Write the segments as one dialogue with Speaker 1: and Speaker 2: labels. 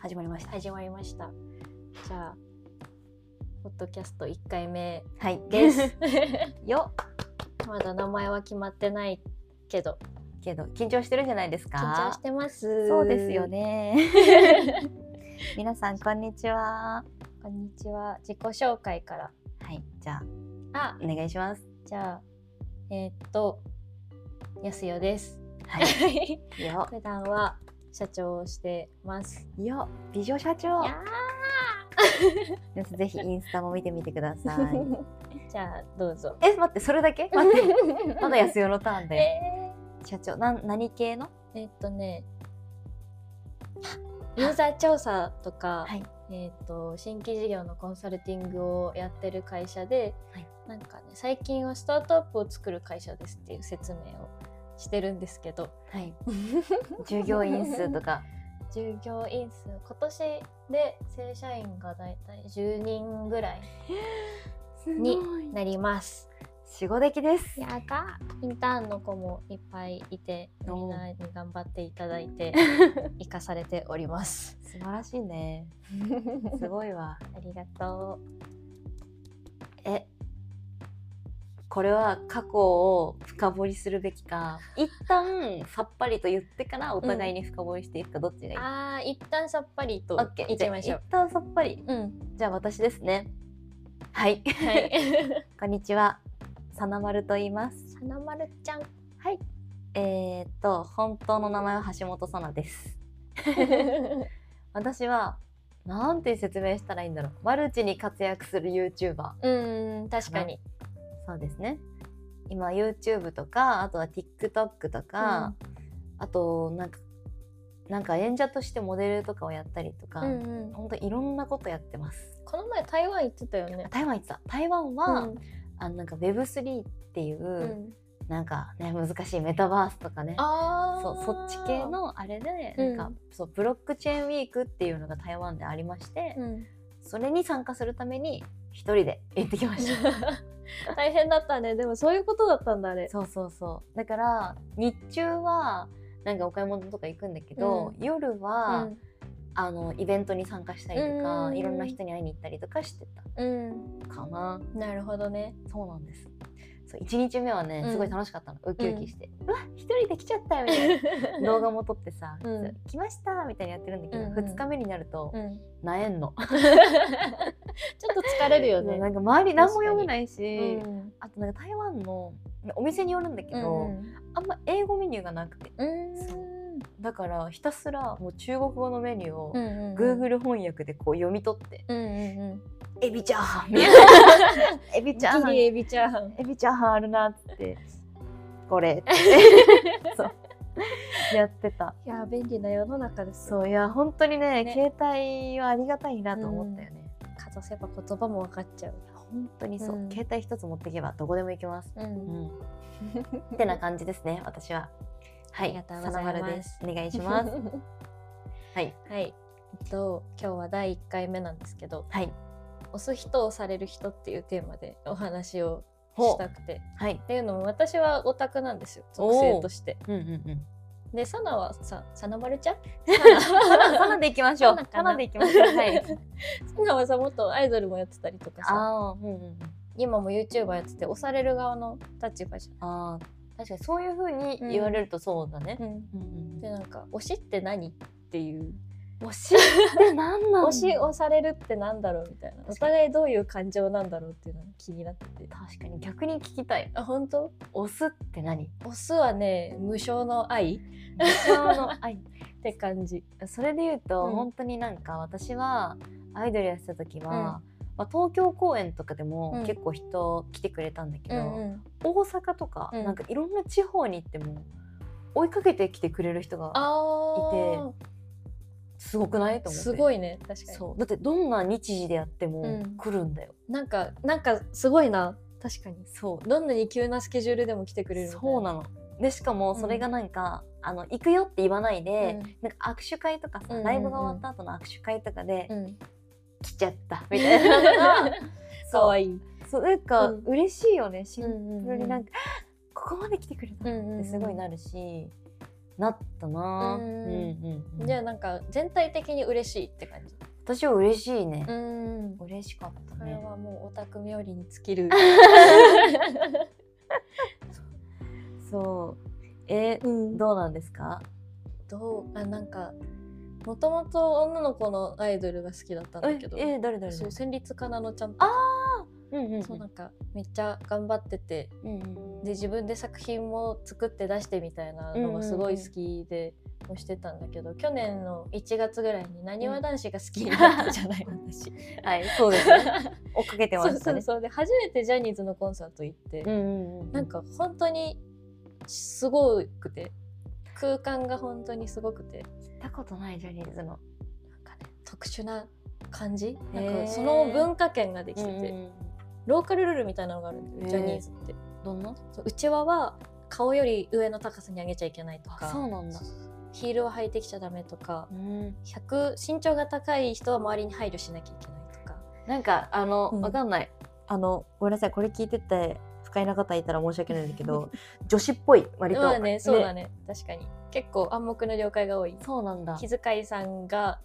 Speaker 1: 始まりました。
Speaker 2: 始まりましたじゃあポッドキャスト1回目
Speaker 1: はい。
Speaker 2: で
Speaker 1: です。
Speaker 2: す
Speaker 1: よ
Speaker 2: まだ名前は決まってないけど
Speaker 1: っけど、緊張してるんじゃないですか
Speaker 2: 緊張してます
Speaker 1: そうですよね。皆さん、こんにちは。
Speaker 2: こんにちは自己紹介から
Speaker 1: はい。じゃあ、
Speaker 2: あ
Speaker 1: お願いします。
Speaker 2: じゃあえーっとやすよです
Speaker 1: はい。 よ
Speaker 2: 普段は社長をしてます
Speaker 1: よ美女社長。
Speaker 2: や
Speaker 1: 皆さん、ぜひインスタも見てみてください。
Speaker 2: ーじゃあどうぞ
Speaker 1: え、待って、それだけ待って。まだ安代のターン
Speaker 2: え
Speaker 1: で。社長、なん何系の
Speaker 2: ーえーっと ねユーザー調査とか、
Speaker 1: はい
Speaker 2: えーっと新規事業のコンサルティングをやってる会社で、
Speaker 1: はい
Speaker 2: なんかね最近はスタートアップを作る会社ですっていう説明をしてるんですけど
Speaker 1: はい。従業員数 とか。
Speaker 2: 従業員数今年で正社員がだいたい10人ぐらいにになります。
Speaker 1: 死後的です。
Speaker 2: やがインターンの子もいっぱいいてみ
Speaker 1: おうん
Speaker 2: なに頑張っていただい て生かされております。
Speaker 1: 素晴らしいね。すごいわ。
Speaker 2: ありがと。
Speaker 1: えこれは過去を深掘りするべきか一旦さっぱりと言ってからお互いに深掘りしていくかどっちがいうい、
Speaker 2: あー一旦さっぱりと
Speaker 1: オッケー
Speaker 2: いきましょう。
Speaker 1: じゃあ一旦さっぱり
Speaker 2: うん、
Speaker 1: じゃあ私ですねはい、
Speaker 2: はい。
Speaker 1: こんにちはさなまると言います
Speaker 2: さなまるちゃん。
Speaker 1: はいえー、っと本当の名前は橋本さなです私はなんて説明したらいいんだろうマルチに活躍する YouTuber
Speaker 2: うーん、確かに。
Speaker 1: そうですね今 YouTube とかあとは TikTok とか、あとなんかなんか演者としてモデルとかをやったりとか、
Speaker 2: うんうん
Speaker 1: ほんといろんなことやってます
Speaker 2: この前台湾行ってたよね。
Speaker 1: 台湾行ってた台湾は、あのなんか Web3 っていう、
Speaker 2: うんうん
Speaker 1: なんかね難しいメタバースとかね
Speaker 2: あー
Speaker 1: そうそっち系。のあれで、
Speaker 2: うん
Speaker 1: なんかそうブロックチェーンウィークっていうのが台湾でありまして、
Speaker 2: うん、
Speaker 1: それに参加するために一人で行ってきました
Speaker 2: 大変だったね。でもそういうことだったんだあれ。
Speaker 1: そうそうそうだから日中はなんかお買い物とか行くんだけど、夜は、
Speaker 2: うん
Speaker 1: あのイベントに参加したりと
Speaker 2: うんうん
Speaker 1: か、
Speaker 2: うん
Speaker 1: いろんな人に会いに行ったりとかして
Speaker 2: うん、
Speaker 1: たかな
Speaker 2: なるほどね。
Speaker 1: そうなんですそう1日目はね
Speaker 2: うん
Speaker 1: すごい楽しかったの、ウキウキして、うわ一人で来ちゃったよみ たいな動画も撮ってさ「
Speaker 2: うん
Speaker 1: 来ました」みたいなやってるんだけど、
Speaker 2: うんうん
Speaker 1: 2日目になると
Speaker 2: うん、
Speaker 1: なえんの、
Speaker 2: ちょっと疲れるよね。
Speaker 1: なんか周り何も読めないし、
Speaker 2: うん
Speaker 1: あとなんか台湾のお店によるんだけど、あんま英語メニューがなくて
Speaker 2: うん
Speaker 1: そうだからひたすらもう中国語のメニューを
Speaker 2: うん
Speaker 1: Google 翻訳でこう読み取って
Speaker 2: うんうんうん
Speaker 1: 「エビチャーハン」エビチャーハ
Speaker 2: ギ
Speaker 1: ン
Speaker 2: リエビチャーハン
Speaker 1: エビチャーハンあるなっつってこれ そうやってた
Speaker 2: いや便利な世の中です
Speaker 1: そういや本当にね
Speaker 2: ね
Speaker 1: 携帯はありがたいなと思ったよね、
Speaker 2: かざせば言葉も分かっちゃう
Speaker 1: 本当にそう、
Speaker 2: うん
Speaker 1: 携帯一つ持っていけばどこでも行けます
Speaker 2: う
Speaker 1: うんんってな感じですね私はは
Speaker 2: ありがとうございます
Speaker 1: さなるですお願いします はい
Speaker 2: はいえっと今日は第1回目なんですけど
Speaker 1: はい
Speaker 2: 「押す人をされる人」っていうテーマでお話を
Speaker 1: ほ
Speaker 2: したくてっ
Speaker 1: はい
Speaker 2: ていうのも私はオタクなんですよ属
Speaker 1: おー
Speaker 2: 性として
Speaker 1: うんうんうん
Speaker 2: でサナはさサナマルちゃん
Speaker 1: サナサナでいきましょう
Speaker 2: サナかな
Speaker 1: サナでいきましょうはい
Speaker 2: サナはさ元アイドルもやってたりとかさ
Speaker 1: ああうんうんうん
Speaker 2: 今も YouTuber やってて押される側の立場じ
Speaker 1: あー確かにそういう風に言われるとそうだね
Speaker 2: ゃん、うん、
Speaker 1: うんうん
Speaker 2: でなんか推しって何っていう
Speaker 1: 推しって何なの
Speaker 2: 推し押されるってなんだろうみたいなお互いどういう感情なんだろうっていうのが気になってて
Speaker 1: 確かに逆に聞きたい
Speaker 2: あ本当
Speaker 1: 推すって何
Speaker 2: 推すはね無償の愛っ
Speaker 1: 理想の愛
Speaker 2: て感じ
Speaker 1: それで言うと、
Speaker 2: うん
Speaker 1: 本当になんか私はアイドルやってた時は、
Speaker 2: うん
Speaker 1: まあ、東京公演とかで
Speaker 2: う
Speaker 1: も
Speaker 2: ん
Speaker 1: 結構人来てくれたんだけど、
Speaker 2: うん
Speaker 1: 大阪とか、
Speaker 2: うん
Speaker 1: なんかいろんな地方に行っても追いかけてきてくれる人が
Speaker 2: あ
Speaker 1: すごくない
Speaker 2: あ
Speaker 1: と思って
Speaker 2: すごいね確かに
Speaker 1: そうだってどんな日時でやって
Speaker 2: う
Speaker 1: も
Speaker 2: ん
Speaker 1: 来るんだよ、
Speaker 2: なんかなんかすごいな確かに
Speaker 1: そう
Speaker 2: どんなに急なスケジュールでも来てくれるみたい
Speaker 1: そうなのでしかもそれがなんか、あの行くよって言わないで、
Speaker 2: うん
Speaker 1: なんか握手会とかさ、
Speaker 2: うんうんうん
Speaker 1: ライブが終わった後の握手会とかで、
Speaker 2: うん
Speaker 1: 来ちゃったみたいな のが
Speaker 2: かわいい
Speaker 1: そうなんか
Speaker 2: うん
Speaker 1: 嬉しいよねシン
Speaker 2: うん
Speaker 1: プル
Speaker 2: うんう
Speaker 1: に
Speaker 2: ん
Speaker 1: なんか、ここまで来てくれた
Speaker 2: う
Speaker 1: っ
Speaker 2: んうんうん
Speaker 1: てすごいなるし、なったな
Speaker 2: う
Speaker 1: うんんうんうん
Speaker 2: じゃあなんか全体的に嬉しいって感じ
Speaker 1: 私は嬉しいね
Speaker 2: ん
Speaker 1: 嬉しかった
Speaker 2: これ
Speaker 1: ね
Speaker 2: はもうオタク冥利に尽きる
Speaker 1: そうえ
Speaker 2: うん
Speaker 1: どうなんですか
Speaker 2: どうあなんかもともと女の子のアイドルが好きだったんだ
Speaker 1: え
Speaker 2: けど
Speaker 1: え誰誰
Speaker 2: そう
Speaker 1: 誰
Speaker 2: 戦慄かなのちゃんと
Speaker 1: あ
Speaker 2: か
Speaker 1: うんうんうん
Speaker 2: そうなんかめっちゃ頑張ってて
Speaker 1: うんうん
Speaker 2: で自分で作品も作って出してみたいなのがすごい好きで、もうしてたんだけど去年の1月ぐらいになにわ男子が好きになったじゃない、 私。
Speaker 1: はいそうですね 追っかけてま
Speaker 2: そう
Speaker 1: し
Speaker 2: そ
Speaker 1: た
Speaker 2: う
Speaker 1: ね
Speaker 2: そうで初めてジャニーズのコンサート行って、
Speaker 1: うんうんうん
Speaker 2: なんか本当にすごくて空間が本当にすごくて
Speaker 1: 行ったことないジャニーズの
Speaker 2: なんか、ね、特殊な感じな
Speaker 1: へ
Speaker 2: ん
Speaker 1: ー
Speaker 2: かその文化圏ができてて、
Speaker 1: うんうんうん
Speaker 2: ローカルルールみたいなのがあるんだよジャニーズって。
Speaker 1: どんな
Speaker 2: そううちわは顔より上の高さに上げちゃいけないとか
Speaker 1: あそうなんだ
Speaker 2: ヒールを履いてきちゃダメとか
Speaker 1: うん
Speaker 2: 100身長が高い人は周りに配慮しなきゃいけないとか
Speaker 1: なんかあの、
Speaker 2: うん
Speaker 1: わかんないあのごめんなさいこれ聞いてて不快な方いたら申し訳ないんだけど 女子っぽい割と
Speaker 2: まあねそうだね確かに結構暗黙の了解が多い
Speaker 1: そうなんだ
Speaker 2: 気遣いさんが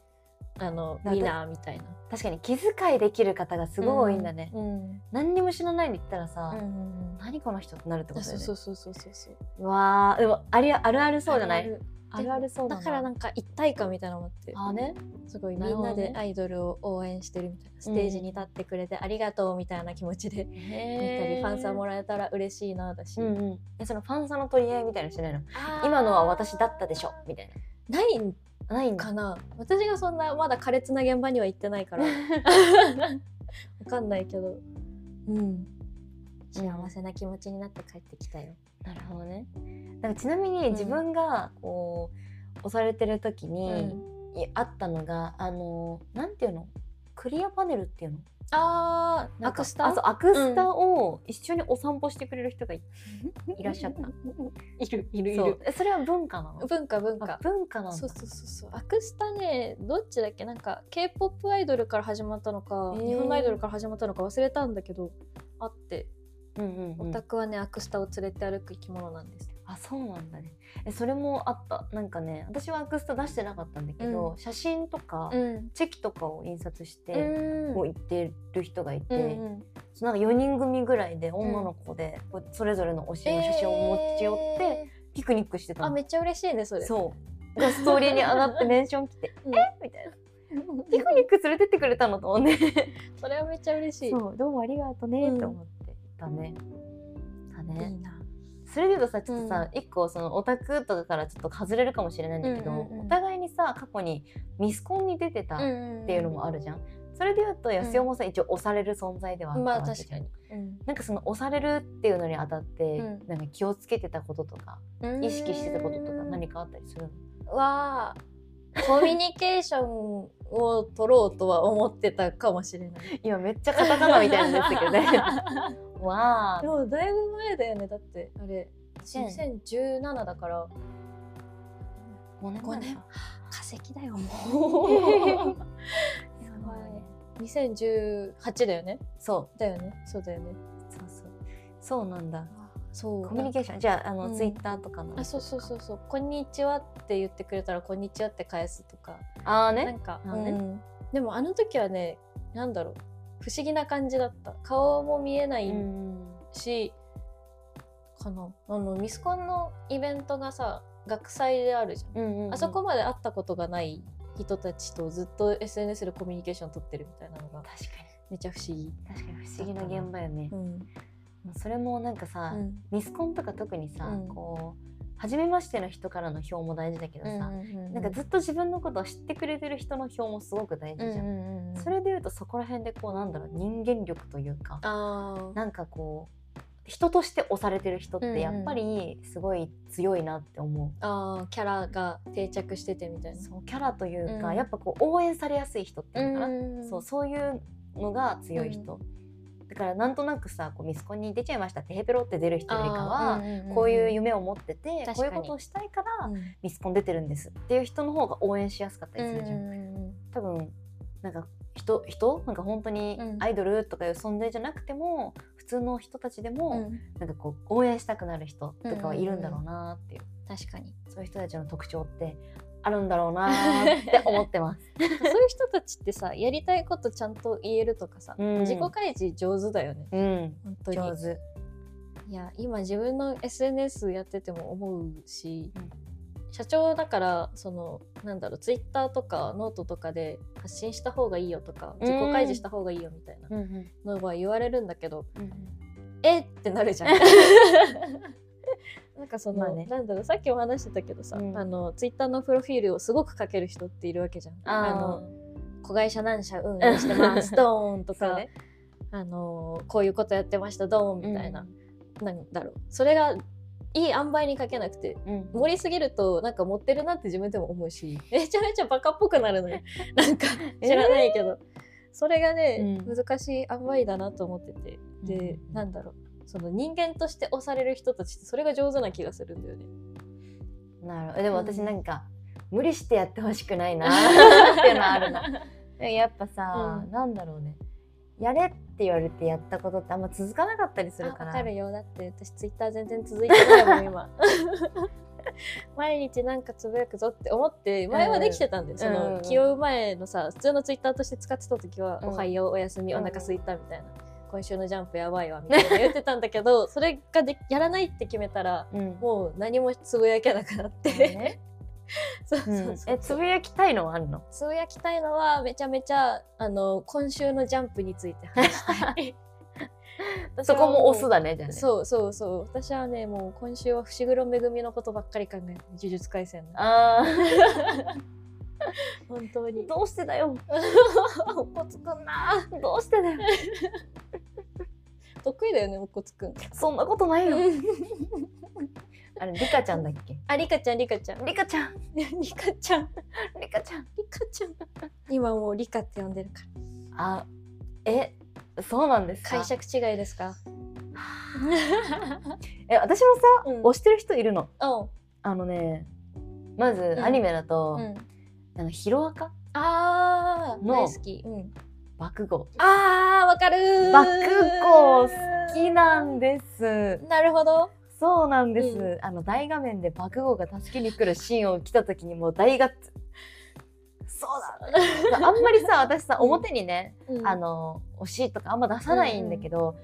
Speaker 2: あの
Speaker 1: なん
Speaker 2: ウィ
Speaker 1: で
Speaker 2: ナーみたいな
Speaker 1: 確かに気遣いできる方がすごい多いんだね、
Speaker 2: うん
Speaker 1: 何にも知らないで言ったらさ、
Speaker 2: うんうん
Speaker 1: 何この人ってなるって
Speaker 2: う
Speaker 1: こ
Speaker 2: ん
Speaker 1: と
Speaker 2: そ
Speaker 1: だよ
Speaker 2: う
Speaker 1: ね
Speaker 2: そうそうそうそうそう
Speaker 1: うわーでもありあるあるそうじゃない
Speaker 2: ある
Speaker 1: あるあるそうだ
Speaker 2: だからなんか一体感みたいなのもあって
Speaker 1: あーね
Speaker 2: すごい
Speaker 1: な
Speaker 2: みん
Speaker 1: るほど
Speaker 2: な
Speaker 1: ね
Speaker 2: でアイドルを応援してるみたいなステージに立ってくれてありがとうみたいな気持ちで
Speaker 1: 見
Speaker 2: 見た
Speaker 1: た
Speaker 2: りファンサー
Speaker 1: も
Speaker 2: もらえたら嬉しいなだし、
Speaker 1: うんうんえそのファンサの取り合いみたいなのしないの今のは私だったでしょみたい
Speaker 2: ないん
Speaker 1: なないんだ
Speaker 2: かな私がそんなまだ苛烈な現場には行ってない からわかんないけどうん幸せな気持ちになって帰ってきたよ、
Speaker 1: なるほどねなんかちなみに自分がこう、押されてる時に、いあったのがあのなんていうのクリアパネルっていうの
Speaker 2: あー
Speaker 1: な
Speaker 2: ア
Speaker 1: んか
Speaker 2: クスタ
Speaker 1: あそうアクスタを一緒にお散歩してくれる人がい,、らっしゃった
Speaker 2: いるいるい
Speaker 1: そう
Speaker 2: る
Speaker 1: えそれは文化なの
Speaker 2: 文化文
Speaker 1: あ
Speaker 2: 化
Speaker 1: 文化なんだ
Speaker 2: そうそうそうそうアクスタねどっちだっけなんか k p o p アイドルから始まったのか、
Speaker 1: へー
Speaker 2: 日本のアイドルから始まったのか忘れたんだけどあって
Speaker 1: うんうんう
Speaker 2: オ
Speaker 1: ん
Speaker 2: タクはねアクスタを連れて歩く生き物なんです
Speaker 1: あそうなんだねえそれもあったなんかね私はアクスタ出してなかったんだけど、写真とか、
Speaker 2: うん
Speaker 1: チェキとかを印刷して、
Speaker 2: うん
Speaker 1: こう行ってる人がいて、
Speaker 2: うんうん
Speaker 1: そうなんか4人組ぐらいで女の子で、こうそれぞれの推しの写真を持ち寄って、ピクニックして
Speaker 2: え
Speaker 1: た
Speaker 2: ー
Speaker 1: の
Speaker 2: あめっちゃ嬉しいねそれ
Speaker 1: そうがストーリーに上が ってメンション来て
Speaker 2: うん
Speaker 1: えみたいなピクニック連れてってくれたのと思って
Speaker 2: それはめっちゃ嬉しい
Speaker 1: そうどうもありがとね
Speaker 2: うん
Speaker 1: って思ってたね、だ
Speaker 2: い
Speaker 1: ね
Speaker 2: いな
Speaker 1: それで言うとさちょっとさ、一個そのオタクとかからちょっと外れるかもしれないんだけど、
Speaker 2: うんうんうん
Speaker 1: お互いにさ過去にミスコンに出てたっ
Speaker 2: って
Speaker 1: いうのもあるじゃん、それで言うと安代もさ、一応押される存在ではあった
Speaker 2: まあ
Speaker 1: わけじゃ
Speaker 2: 確
Speaker 1: ん
Speaker 2: かに、
Speaker 1: なんかその押されるっていうのにあたって、
Speaker 2: うん
Speaker 1: なんか気をつけてたこととか
Speaker 2: うん
Speaker 1: 意識してたこととか何かあったりするの
Speaker 2: はコミュニケーションを取ろうとは思ってたかもしれない
Speaker 1: 今めっちゃカタカナみたいなの出てたけどね わあ
Speaker 2: でもだいぶ前だよねだってあれ
Speaker 1: うん
Speaker 2: 2017だから
Speaker 1: 5年
Speaker 2: 5
Speaker 1: 前
Speaker 2: 年
Speaker 1: か
Speaker 2: 化石だよ もう
Speaker 1: す
Speaker 2: ごいね2018だよね
Speaker 1: そう
Speaker 2: だよねそうだよね
Speaker 1: そうそうそうなんだ
Speaker 2: そう
Speaker 1: コミュニケーションじゃああの、
Speaker 2: うん
Speaker 1: ツイッターとかの
Speaker 2: あそうそうそうそう「こんにちは」って言ってくれたら「こんにちは」って返すとか
Speaker 1: ああ
Speaker 2: な
Speaker 1: ね
Speaker 2: んか、
Speaker 1: あのね
Speaker 2: うんでもあの時はねなんだろう不思議な感じだった顔も見えな
Speaker 1: う
Speaker 2: い
Speaker 1: ん
Speaker 2: し、かなあのミスコンのイベントがさ学祭であるじゃん、
Speaker 1: うんうんうん
Speaker 2: あそこまで会ったことがない人たちとずっと SNS でコミュニケーション取ってるみたいなのが
Speaker 1: 確か
Speaker 2: めちゃ不思議、
Speaker 1: に確かに不思議な現場よね、
Speaker 2: うん
Speaker 1: それもなんかさ、
Speaker 2: うん
Speaker 1: ミスコンとか特にさ、
Speaker 2: うん
Speaker 1: こう初めましての人からの票も大事だけどさ、なんかずっと自分のことを知ってくれてる人の票もすごく大事じゃん、
Speaker 2: うんうんうん
Speaker 1: それでいうとそこら辺でこうなんだろう人間力というか
Speaker 2: あー
Speaker 1: なんかこう人として押されてる人っ
Speaker 2: うんう
Speaker 1: て
Speaker 2: ん
Speaker 1: やっぱりすごい強いなって思
Speaker 2: あーキャラが定着しててみた
Speaker 1: う、
Speaker 2: いな
Speaker 1: そうキャラというか、
Speaker 2: うん
Speaker 1: やっぱこう応援されやすい人っていうのかな、そうそういうのが強い人、だからなんとなくさこうミスコンに出ちゃいましたってヘペロって出る人よりかは、こういう夢を持ってて
Speaker 2: 確かに
Speaker 1: こういうことをしたいから、
Speaker 2: が
Speaker 1: ミスコン出てるんですっていう人の方が応援しやすかったりするじゃん、
Speaker 2: ん
Speaker 1: 多分なんか人人なんか本当に
Speaker 2: うん
Speaker 1: アイドルとかいう存在じゃなくても、普通の人たちでも、なんかこう応援したくなる人とかはいるんだろうなっていう、
Speaker 2: 確かに
Speaker 1: そういう人たちの特徴ってあるんだろうな ーって思ってます。
Speaker 2: なんかそういう人たちってさやりたいことちゃんと言えるとかさ、
Speaker 1: うん
Speaker 2: 自己開示上手だよね
Speaker 1: うん、
Speaker 2: 本当に
Speaker 1: 上手。
Speaker 2: いや今自分の SNS やってても思うし、
Speaker 1: うん
Speaker 2: 社長だからそのなんだろうツイッターとかノートとかで発信した方がいいよとか
Speaker 1: うん
Speaker 2: 自己開示した方がいいよみたいな
Speaker 1: うんうん
Speaker 2: のは言われるんだけど、
Speaker 1: うん
Speaker 2: えってなる じゃん。 なんかその、
Speaker 1: まあね
Speaker 2: なんだろうさっきも話してたけどさ、
Speaker 1: うん
Speaker 2: あのツイッターのプロフィールをすごく書ける人っているわけじゃん。
Speaker 1: あー
Speaker 2: の子会社何社運営して ますドーンと
Speaker 1: そう
Speaker 2: か、
Speaker 1: ね
Speaker 2: あのこういうことやってましたドーンみたいな、なんだろうそれがいい塩梅に書けなくて
Speaker 1: うんうん
Speaker 2: 盛りすぎるとなんか持ってるなって自分でも思うしめちゃめちゃバカっぽくなるの よなんか知らないけど、それがね、
Speaker 1: うん
Speaker 2: 難しい塩梅だなと思っててで、
Speaker 1: うん
Speaker 2: なんだろうその人間として押される人たちってそれが上手な気がするんだよね。
Speaker 1: なるほどでも私なんか、無理してやってほしくないな っていうのはあるな。でもやっぱさ、
Speaker 2: うん
Speaker 1: なんだろうねやれって言われてやったことってあんま続かなかったりする
Speaker 2: あ
Speaker 1: か
Speaker 2: わ
Speaker 1: ら
Speaker 2: かるよだって私ツイッター全然続いてないもん 今毎日なんかつぶやくぞって思って前はできてたんで、その
Speaker 1: うん
Speaker 2: 気負う前のさ普通のツイッターとして使ってた時は「
Speaker 1: うん
Speaker 2: おはようおやすみ
Speaker 1: う
Speaker 2: お
Speaker 1: ん
Speaker 2: 腹すいた」みたいな「今週のジャンプやばいわ」みたいな言ってたんだけどそれがでやらないって決めたら
Speaker 1: うん
Speaker 2: もう何もつぶやけなくなっ
Speaker 1: そうだ
Speaker 2: て
Speaker 1: ね
Speaker 2: そうそううそう、
Speaker 1: んえつぶやきたいのはあるの
Speaker 2: つぶやきたいのはめちゃめちゃあの今週のジャンプについて話した い
Speaker 1: そこもオ
Speaker 2: だ
Speaker 1: スだねじゃあね
Speaker 2: そうそうそう私はねもう今週は伏黒恵のことばっかり考えて呪術廻戦の
Speaker 1: あ
Speaker 2: 本当に
Speaker 1: ーどうしてだよ
Speaker 2: おこつくんな
Speaker 1: どうしてだよ
Speaker 2: 得意だよねおこつくん
Speaker 1: そんなことないよ あれリカちゃんだっけ
Speaker 2: あリカちゃんリカちゃん
Speaker 1: リカちゃん
Speaker 2: リカちゃん
Speaker 1: リカちゃん
Speaker 2: リカちゃん今もうリカって呼んでるから
Speaker 1: あえそうなんですか
Speaker 2: 解釈違いです か
Speaker 1: え私もさ
Speaker 2: うん
Speaker 1: 推してる人いるの
Speaker 2: おう
Speaker 1: あのねまず
Speaker 2: ん
Speaker 1: アニメだと、
Speaker 2: うん
Speaker 1: あのヒロアカ
Speaker 2: あー
Speaker 1: の
Speaker 2: 大好き、うん、
Speaker 1: 爆豪
Speaker 2: あーわかるー
Speaker 1: 爆豪好きなんです
Speaker 2: なるほど
Speaker 1: そうなんです、
Speaker 2: う
Speaker 1: あの大画面で爆豪が助けに来るシーンを来た時にもう大ガッツそうだあんまりさ私さ
Speaker 2: うん
Speaker 1: 表にね、
Speaker 2: うん
Speaker 1: あの推しとかあんま出さないんだけど、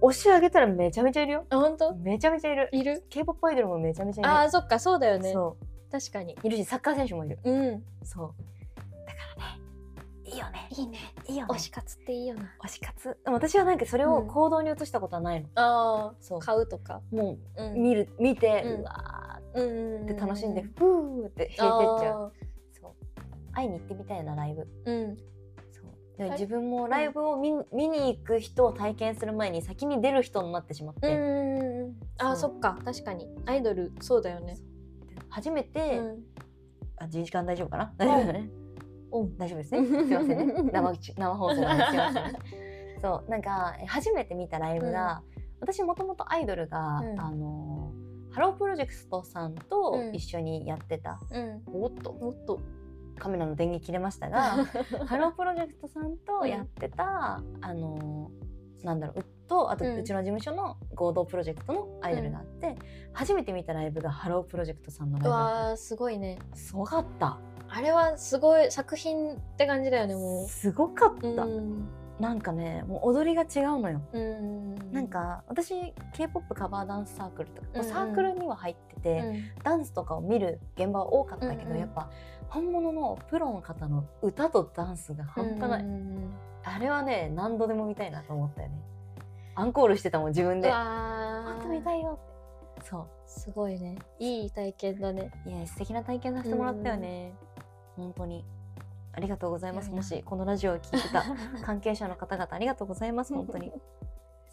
Speaker 1: 推し上げたらめちゃめちゃいるよ
Speaker 2: あ本当
Speaker 1: めちゃめちゃいる
Speaker 2: いる
Speaker 1: k p o p アイドルもめちゃめちゃいる
Speaker 2: あーそっかそうだよね
Speaker 1: そ
Speaker 2: 確かに
Speaker 1: ういるしサッカー選手もいる
Speaker 2: うん
Speaker 1: そうだからねいいよね
Speaker 2: いいね
Speaker 1: いいよね
Speaker 2: 推し活っていいよな
Speaker 1: 推し活でも私はなんかそれを行動に移したことはないの、
Speaker 2: あ
Speaker 1: そう
Speaker 2: あ買うとか、
Speaker 1: も
Speaker 2: う
Speaker 1: うん見る見て、う
Speaker 2: うん
Speaker 1: わ
Speaker 2: うん
Speaker 1: ーって楽しんで、
Speaker 2: うん
Speaker 1: ふーって消えてっちゃう
Speaker 2: あ
Speaker 1: そう会いに行ってみたいなライブ
Speaker 2: ーうん
Speaker 1: そう
Speaker 2: あ
Speaker 1: で
Speaker 2: れ
Speaker 1: 自分もライブを見,、見に行く人を体験する前に先に出る人になってしまって、
Speaker 2: うんあー
Speaker 1: そ
Speaker 2: そうっか確かにアイドルそうだよね
Speaker 1: 初めて、
Speaker 2: うん
Speaker 1: あ時間大丈夫かな大丈夫だね、大丈夫ですねすいま せんね生口生放送なんですいませんねそうなんかえ初めて見たライブが、私もともとアイドルが、
Speaker 2: うん
Speaker 1: あのハロープロジェクトさんと
Speaker 2: うん
Speaker 1: 一緒にやってた、
Speaker 2: うん
Speaker 1: おっと
Speaker 2: もっと
Speaker 1: カメラの電源切れました がハロープロジェクトさんとやってた、あのなんだろうとあと
Speaker 2: うん
Speaker 1: うちの事務所の合同プロジェクトのアイドルがあって、初めて見たライブがハロープロジェクトさんのライ
Speaker 2: う
Speaker 1: ブだっ
Speaker 2: わーすごいね
Speaker 1: たすごかった
Speaker 2: あれはすごい作品って感じだよねも
Speaker 1: すごかった、
Speaker 2: ううん
Speaker 1: なんかねもう踊りが違うのよ
Speaker 2: うん
Speaker 1: なんか私 k p o p カバーダンスサークルとか、
Speaker 2: うんうん
Speaker 1: サークルには入ってて、
Speaker 2: うん
Speaker 1: ダンスとかを見る現場は多かったけど、
Speaker 2: うんうん
Speaker 1: やっぱ本物のプロの方の歌とダンスが半端ない、
Speaker 2: うんうん
Speaker 1: あれはね何度でも見たいなと思ったよねアンコールしてたもん自分
Speaker 2: うんう
Speaker 1: で「
Speaker 2: わ
Speaker 1: 本当見
Speaker 2: ー
Speaker 1: たいよ」ってそ
Speaker 2: すごいねいい体験だね
Speaker 1: ういや素敵な体験させてもらったよね、本当にありがとうございます
Speaker 2: いやい
Speaker 1: も
Speaker 2: や
Speaker 1: しこのラジオを聞 いてた関係者の方々ありがとうございます本当にそ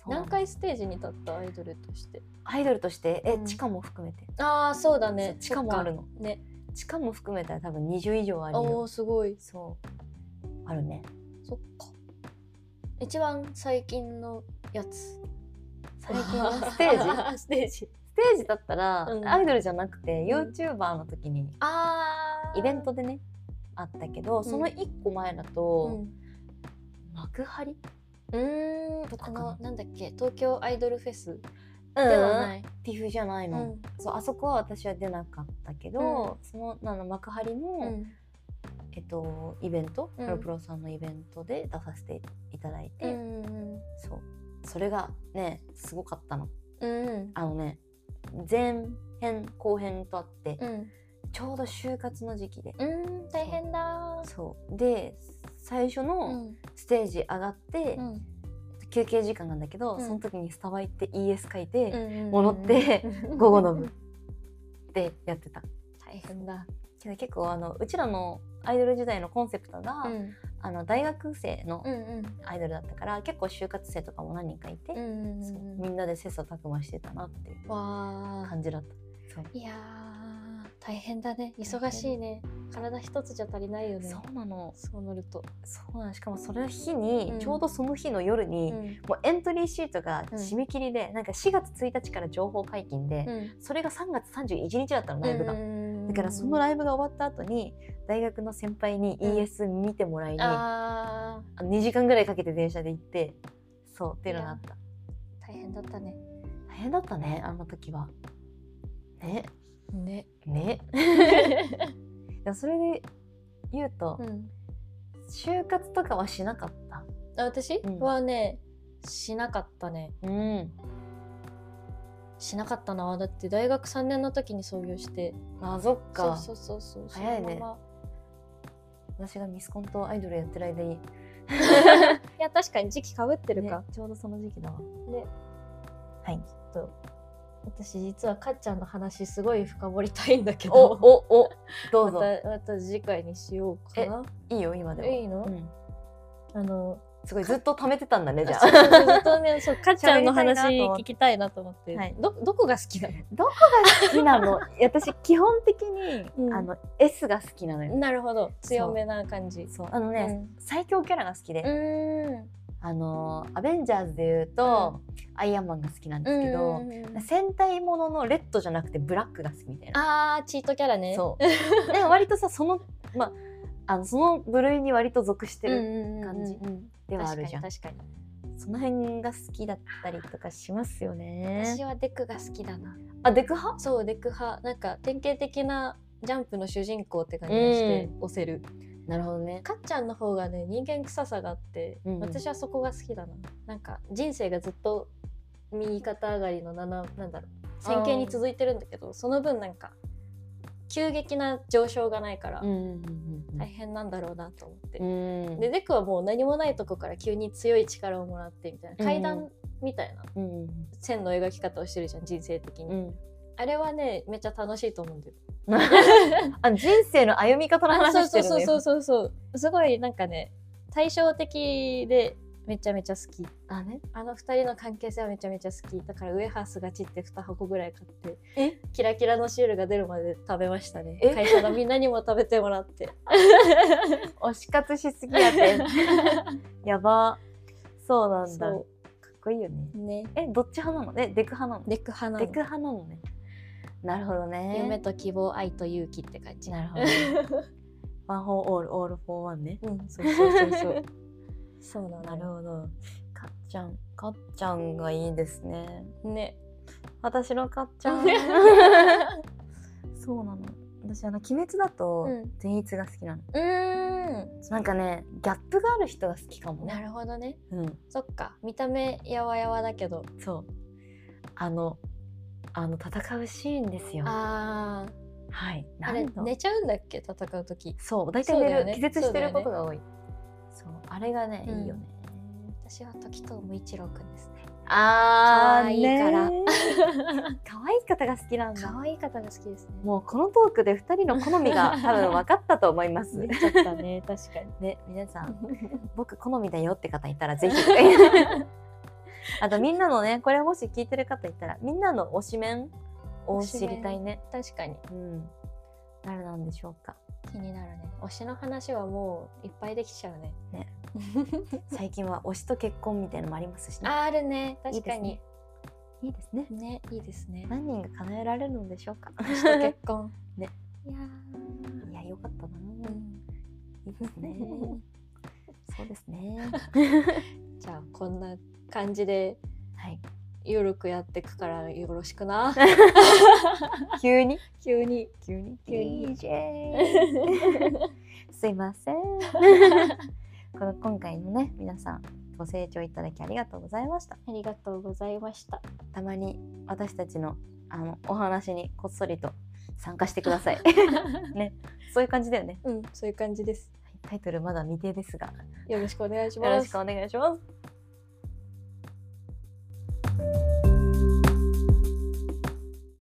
Speaker 1: うなん
Speaker 2: 何
Speaker 1: です
Speaker 2: 回ステージに立ったアイドルとして
Speaker 1: アイドルとしてえ、
Speaker 2: うん
Speaker 1: 地下も含めて
Speaker 2: ああそうだね
Speaker 1: 地下もあるの
Speaker 2: ね
Speaker 1: 地下も含めたら多分20以上ある
Speaker 2: お
Speaker 1: よ
Speaker 2: ーすごい
Speaker 1: そうあるね
Speaker 2: そっか一番最近のやつ
Speaker 1: 最近のステー ジ
Speaker 2: ステージ
Speaker 1: ステージだったら、
Speaker 2: うん
Speaker 1: アイドルじゃなくて
Speaker 2: ん
Speaker 1: YouTuber の時に
Speaker 2: あー
Speaker 1: イベントでねあったけど、
Speaker 2: ん
Speaker 1: その1個前だ
Speaker 2: う
Speaker 1: と、
Speaker 2: ん
Speaker 1: 幕張
Speaker 2: うーん
Speaker 1: とか
Speaker 2: あ
Speaker 1: かな
Speaker 2: のなんだっけ東京アイドルフェス
Speaker 1: で。
Speaker 2: ではないい、
Speaker 1: ティフじゃないの、
Speaker 2: うん
Speaker 1: そうあそこは私は出なかったけど、そのあの幕張の、
Speaker 2: うん
Speaker 1: えっと、イベント、
Speaker 2: うん
Speaker 1: ハロプロさんのイベントで出させていただいて、
Speaker 2: うん
Speaker 1: そうそれがねすごかったの
Speaker 2: うん
Speaker 1: あのね前編後編とあって、
Speaker 2: うん
Speaker 1: ちょうど就活の時期で、
Speaker 2: うん大変だ
Speaker 1: そうで最初
Speaker 2: う
Speaker 1: の
Speaker 2: ん
Speaker 1: ステージ上がって、
Speaker 2: うん
Speaker 1: 休憩時間なんだけど、
Speaker 2: うん
Speaker 1: その時にスタバ行って ES 書いて、
Speaker 2: うん
Speaker 1: 戻って
Speaker 2: うん
Speaker 1: 午後 の部でやってた
Speaker 2: 大変だ
Speaker 1: けど結構あのうちらのアイドル時代のコンセプトが、
Speaker 2: うん
Speaker 1: あの大学生の
Speaker 2: うんうん
Speaker 1: アイドルだったから結構就活生とかも何人かいて、
Speaker 2: うん
Speaker 1: そう
Speaker 2: うん
Speaker 1: みんなで切磋琢磨してたなっていう
Speaker 2: わあ
Speaker 1: 感じだった。そう
Speaker 2: いやー大変だね忙しいね体一つじゃ足りないよね
Speaker 1: そうなの
Speaker 2: そうなると、
Speaker 1: そうなのしかもそれ日に、
Speaker 2: うん
Speaker 1: ちょうどその日の夜に、もうエントリーシートが
Speaker 2: うん
Speaker 1: 締め切りで、なんか4月1日から情報解禁で、
Speaker 2: ん、
Speaker 1: それが3月31日だったのライブが、
Speaker 2: が
Speaker 1: だからその
Speaker 2: イ
Speaker 1: ライブが終わった後に大学の先輩に
Speaker 2: うん
Speaker 1: ES 見てもらいに、あ
Speaker 2: あー
Speaker 1: の2時間ぐらいかけて電車で行ってそうっていうのがあった
Speaker 2: 大変だったね
Speaker 1: 大変だったねあの時はね
Speaker 2: ね
Speaker 1: ねでもそれで言うと、
Speaker 2: うん
Speaker 1: 就活とかはしなかった
Speaker 2: あ私、
Speaker 1: うん
Speaker 2: はねしなかったね
Speaker 1: うん
Speaker 2: しなかったなだって大学3年の時に創業して
Speaker 1: あそっか
Speaker 2: そうそうそうそう
Speaker 1: 早いね
Speaker 2: そのまま
Speaker 1: 私がミスコンとアイドルやってる間に
Speaker 2: いや確かに時期かぶってるか、
Speaker 1: ねちょうどその時期だわ
Speaker 2: ね
Speaker 1: はい
Speaker 2: 私実はかっちゃんの話すごい深掘りたいんだけ
Speaker 1: お
Speaker 2: ど
Speaker 1: おおどう
Speaker 2: ま
Speaker 1: ぞ、
Speaker 2: たまた次回にしようかない
Speaker 1: いよ今でも
Speaker 2: いいの
Speaker 1: うん
Speaker 2: あの
Speaker 1: すごいずっと貯めてたんだねじゃ
Speaker 2: そう
Speaker 1: あ
Speaker 2: そうそうずっとねそうかっちゃんの話
Speaker 1: 喋りたいなと思って
Speaker 2: 聞きたいなと思って、
Speaker 1: はい
Speaker 2: どどこが好きな
Speaker 1: どこが好き なの私基本的に、
Speaker 2: うん
Speaker 1: あの S が好きなの
Speaker 2: の
Speaker 1: よ
Speaker 2: なるほど強めな感じ
Speaker 1: そうあのね、最強キャラが好きで、
Speaker 2: うんうん
Speaker 1: あのーアベンジャーズで言うと、アイアンマンが好きなんですけど、
Speaker 2: うんうんうん
Speaker 1: 戦隊もののレッドじゃなくてブラックが好きみたいな
Speaker 2: あーチートキャラね
Speaker 1: そうで割とさそのまああのその部類に割と属してる感じではあるじゃん、
Speaker 2: 確かに確か
Speaker 1: その辺が好きだったりとかしますよ
Speaker 2: に
Speaker 1: ね
Speaker 2: 私はデクが好きだな
Speaker 1: あデク派
Speaker 2: そうデク派なんか典型的なジャンプの主人公って感じがして押せる、
Speaker 1: なるほどね
Speaker 2: かっちゃんの方がね人間臭さがあって、
Speaker 1: うんうん
Speaker 2: 私はそこが好きだななんか人生がずっと右肩上がりのなななんだろう線形に続いてるんだけどその分なんか急激な上昇がないから
Speaker 1: うんうんうん
Speaker 2: 大変なんだろうなと思って、
Speaker 1: うんうん
Speaker 2: でデクはもう何もないとこから急に強い力をもらってみたいな階
Speaker 1: うん
Speaker 2: 段みたいな
Speaker 1: うん
Speaker 2: 線の描き方をしてるじゃん人生的に、
Speaker 1: うん
Speaker 2: あれはねめっちゃ楽しいと思うんだよ
Speaker 1: あ人生の歩み方の
Speaker 2: あそう
Speaker 1: 話し
Speaker 2: そ
Speaker 1: て
Speaker 2: う
Speaker 1: る
Speaker 2: そう
Speaker 1: の
Speaker 2: そう
Speaker 1: よ
Speaker 2: そうそうすごいなんかね対照的でめちゃめちゃ好き
Speaker 1: あね
Speaker 2: あの二人の関係性はめちゃめちゃ好きだからウエハースがちって2箱ぐらい買って
Speaker 1: え
Speaker 2: キラキラのシールが出るまで食べましたね
Speaker 1: え
Speaker 2: 会社のみんなにも食べてもらって
Speaker 1: 推し活しすぎ やってやば そうなんだか
Speaker 2: そ
Speaker 1: っこいいよね
Speaker 2: うね
Speaker 1: えどっち派なのえデク派なの
Speaker 2: デク派なの
Speaker 1: デク派なのねなるほどね
Speaker 2: 夢と希望愛と勇気って感じ
Speaker 1: なるほどねワンホーオールオールフォーワンね
Speaker 2: うんそうそうそうそう そうなの
Speaker 1: なる
Speaker 2: よ
Speaker 1: ほどかっちゃんかっちゃんがいいですね
Speaker 2: ね
Speaker 1: 私のかっち ゃんそうなの私あの鬼滅だと
Speaker 2: うん
Speaker 1: 善逸が好きなの、
Speaker 2: うーん
Speaker 1: なんかねギャップがある人が好きかも
Speaker 2: な
Speaker 1: ね
Speaker 2: るほどね
Speaker 1: うん
Speaker 2: そっか見た目やわやわだけど
Speaker 1: そうあのあの戦うシーンですよ
Speaker 2: あー
Speaker 1: はい
Speaker 2: あれ
Speaker 1: なんの
Speaker 2: 寝ちゃうんだっけ戦う時
Speaker 1: そう大
Speaker 2: そ
Speaker 1: 体寝
Speaker 2: うだよ
Speaker 1: る、
Speaker 2: ね
Speaker 1: 気絶してる
Speaker 2: そ
Speaker 1: こ
Speaker 2: うだよね
Speaker 1: とが多いそう,、あれがね、
Speaker 2: うん
Speaker 1: いいよね
Speaker 2: 私は時藤無一郎くんですね
Speaker 1: あ
Speaker 2: ー
Speaker 1: いい から可愛い方が好きなんだ
Speaker 2: 可愛い方が好きですね
Speaker 1: もうこのトークで2人の好みが多分分かったと思います。
Speaker 2: 出ちゃった ね確かに
Speaker 1: ね、皆 さん、僕好みだよって方いたらぜひ。あとみんなのね、これもし聞いてる方いたら、みんなの推しメンを
Speaker 2: 推し
Speaker 1: 知
Speaker 2: メン
Speaker 1: りたいね。
Speaker 2: 確かに
Speaker 1: うん。誰なんでしょうか。
Speaker 2: 気になるね推しの話はもういっぱいできちゃうね
Speaker 1: ね最近は推しと結婚みたいなのもありますしね。
Speaker 2: あるね確か
Speaker 1: いい
Speaker 2: に
Speaker 1: いいですね。
Speaker 2: ねいいです ね
Speaker 1: 何人が叶えられるのでしょうか。
Speaker 2: 推しと結婚
Speaker 1: ね
Speaker 2: いや
Speaker 1: いや、よかったな。
Speaker 2: ー、
Speaker 1: いいで すね。
Speaker 2: うん
Speaker 1: そうですね。
Speaker 2: じゃあこんな感じで
Speaker 1: はい。
Speaker 2: ゆるくやってくからよろしくな
Speaker 1: 急に
Speaker 2: 急に
Speaker 1: 急に
Speaker 2: 急に
Speaker 1: DJ すいませんこの今回のね皆さんご清聴いただきありがとうございました
Speaker 2: ありがとうございました
Speaker 1: たまに私たちのあのお話にこっそりと参加してく ださいそういう感じだよね
Speaker 2: うんそういう感じです
Speaker 1: タイトルまだ未定ですが
Speaker 2: よろしくお願いし
Speaker 1: よろ
Speaker 2: ま
Speaker 1: し
Speaker 2: す
Speaker 1: くお願いします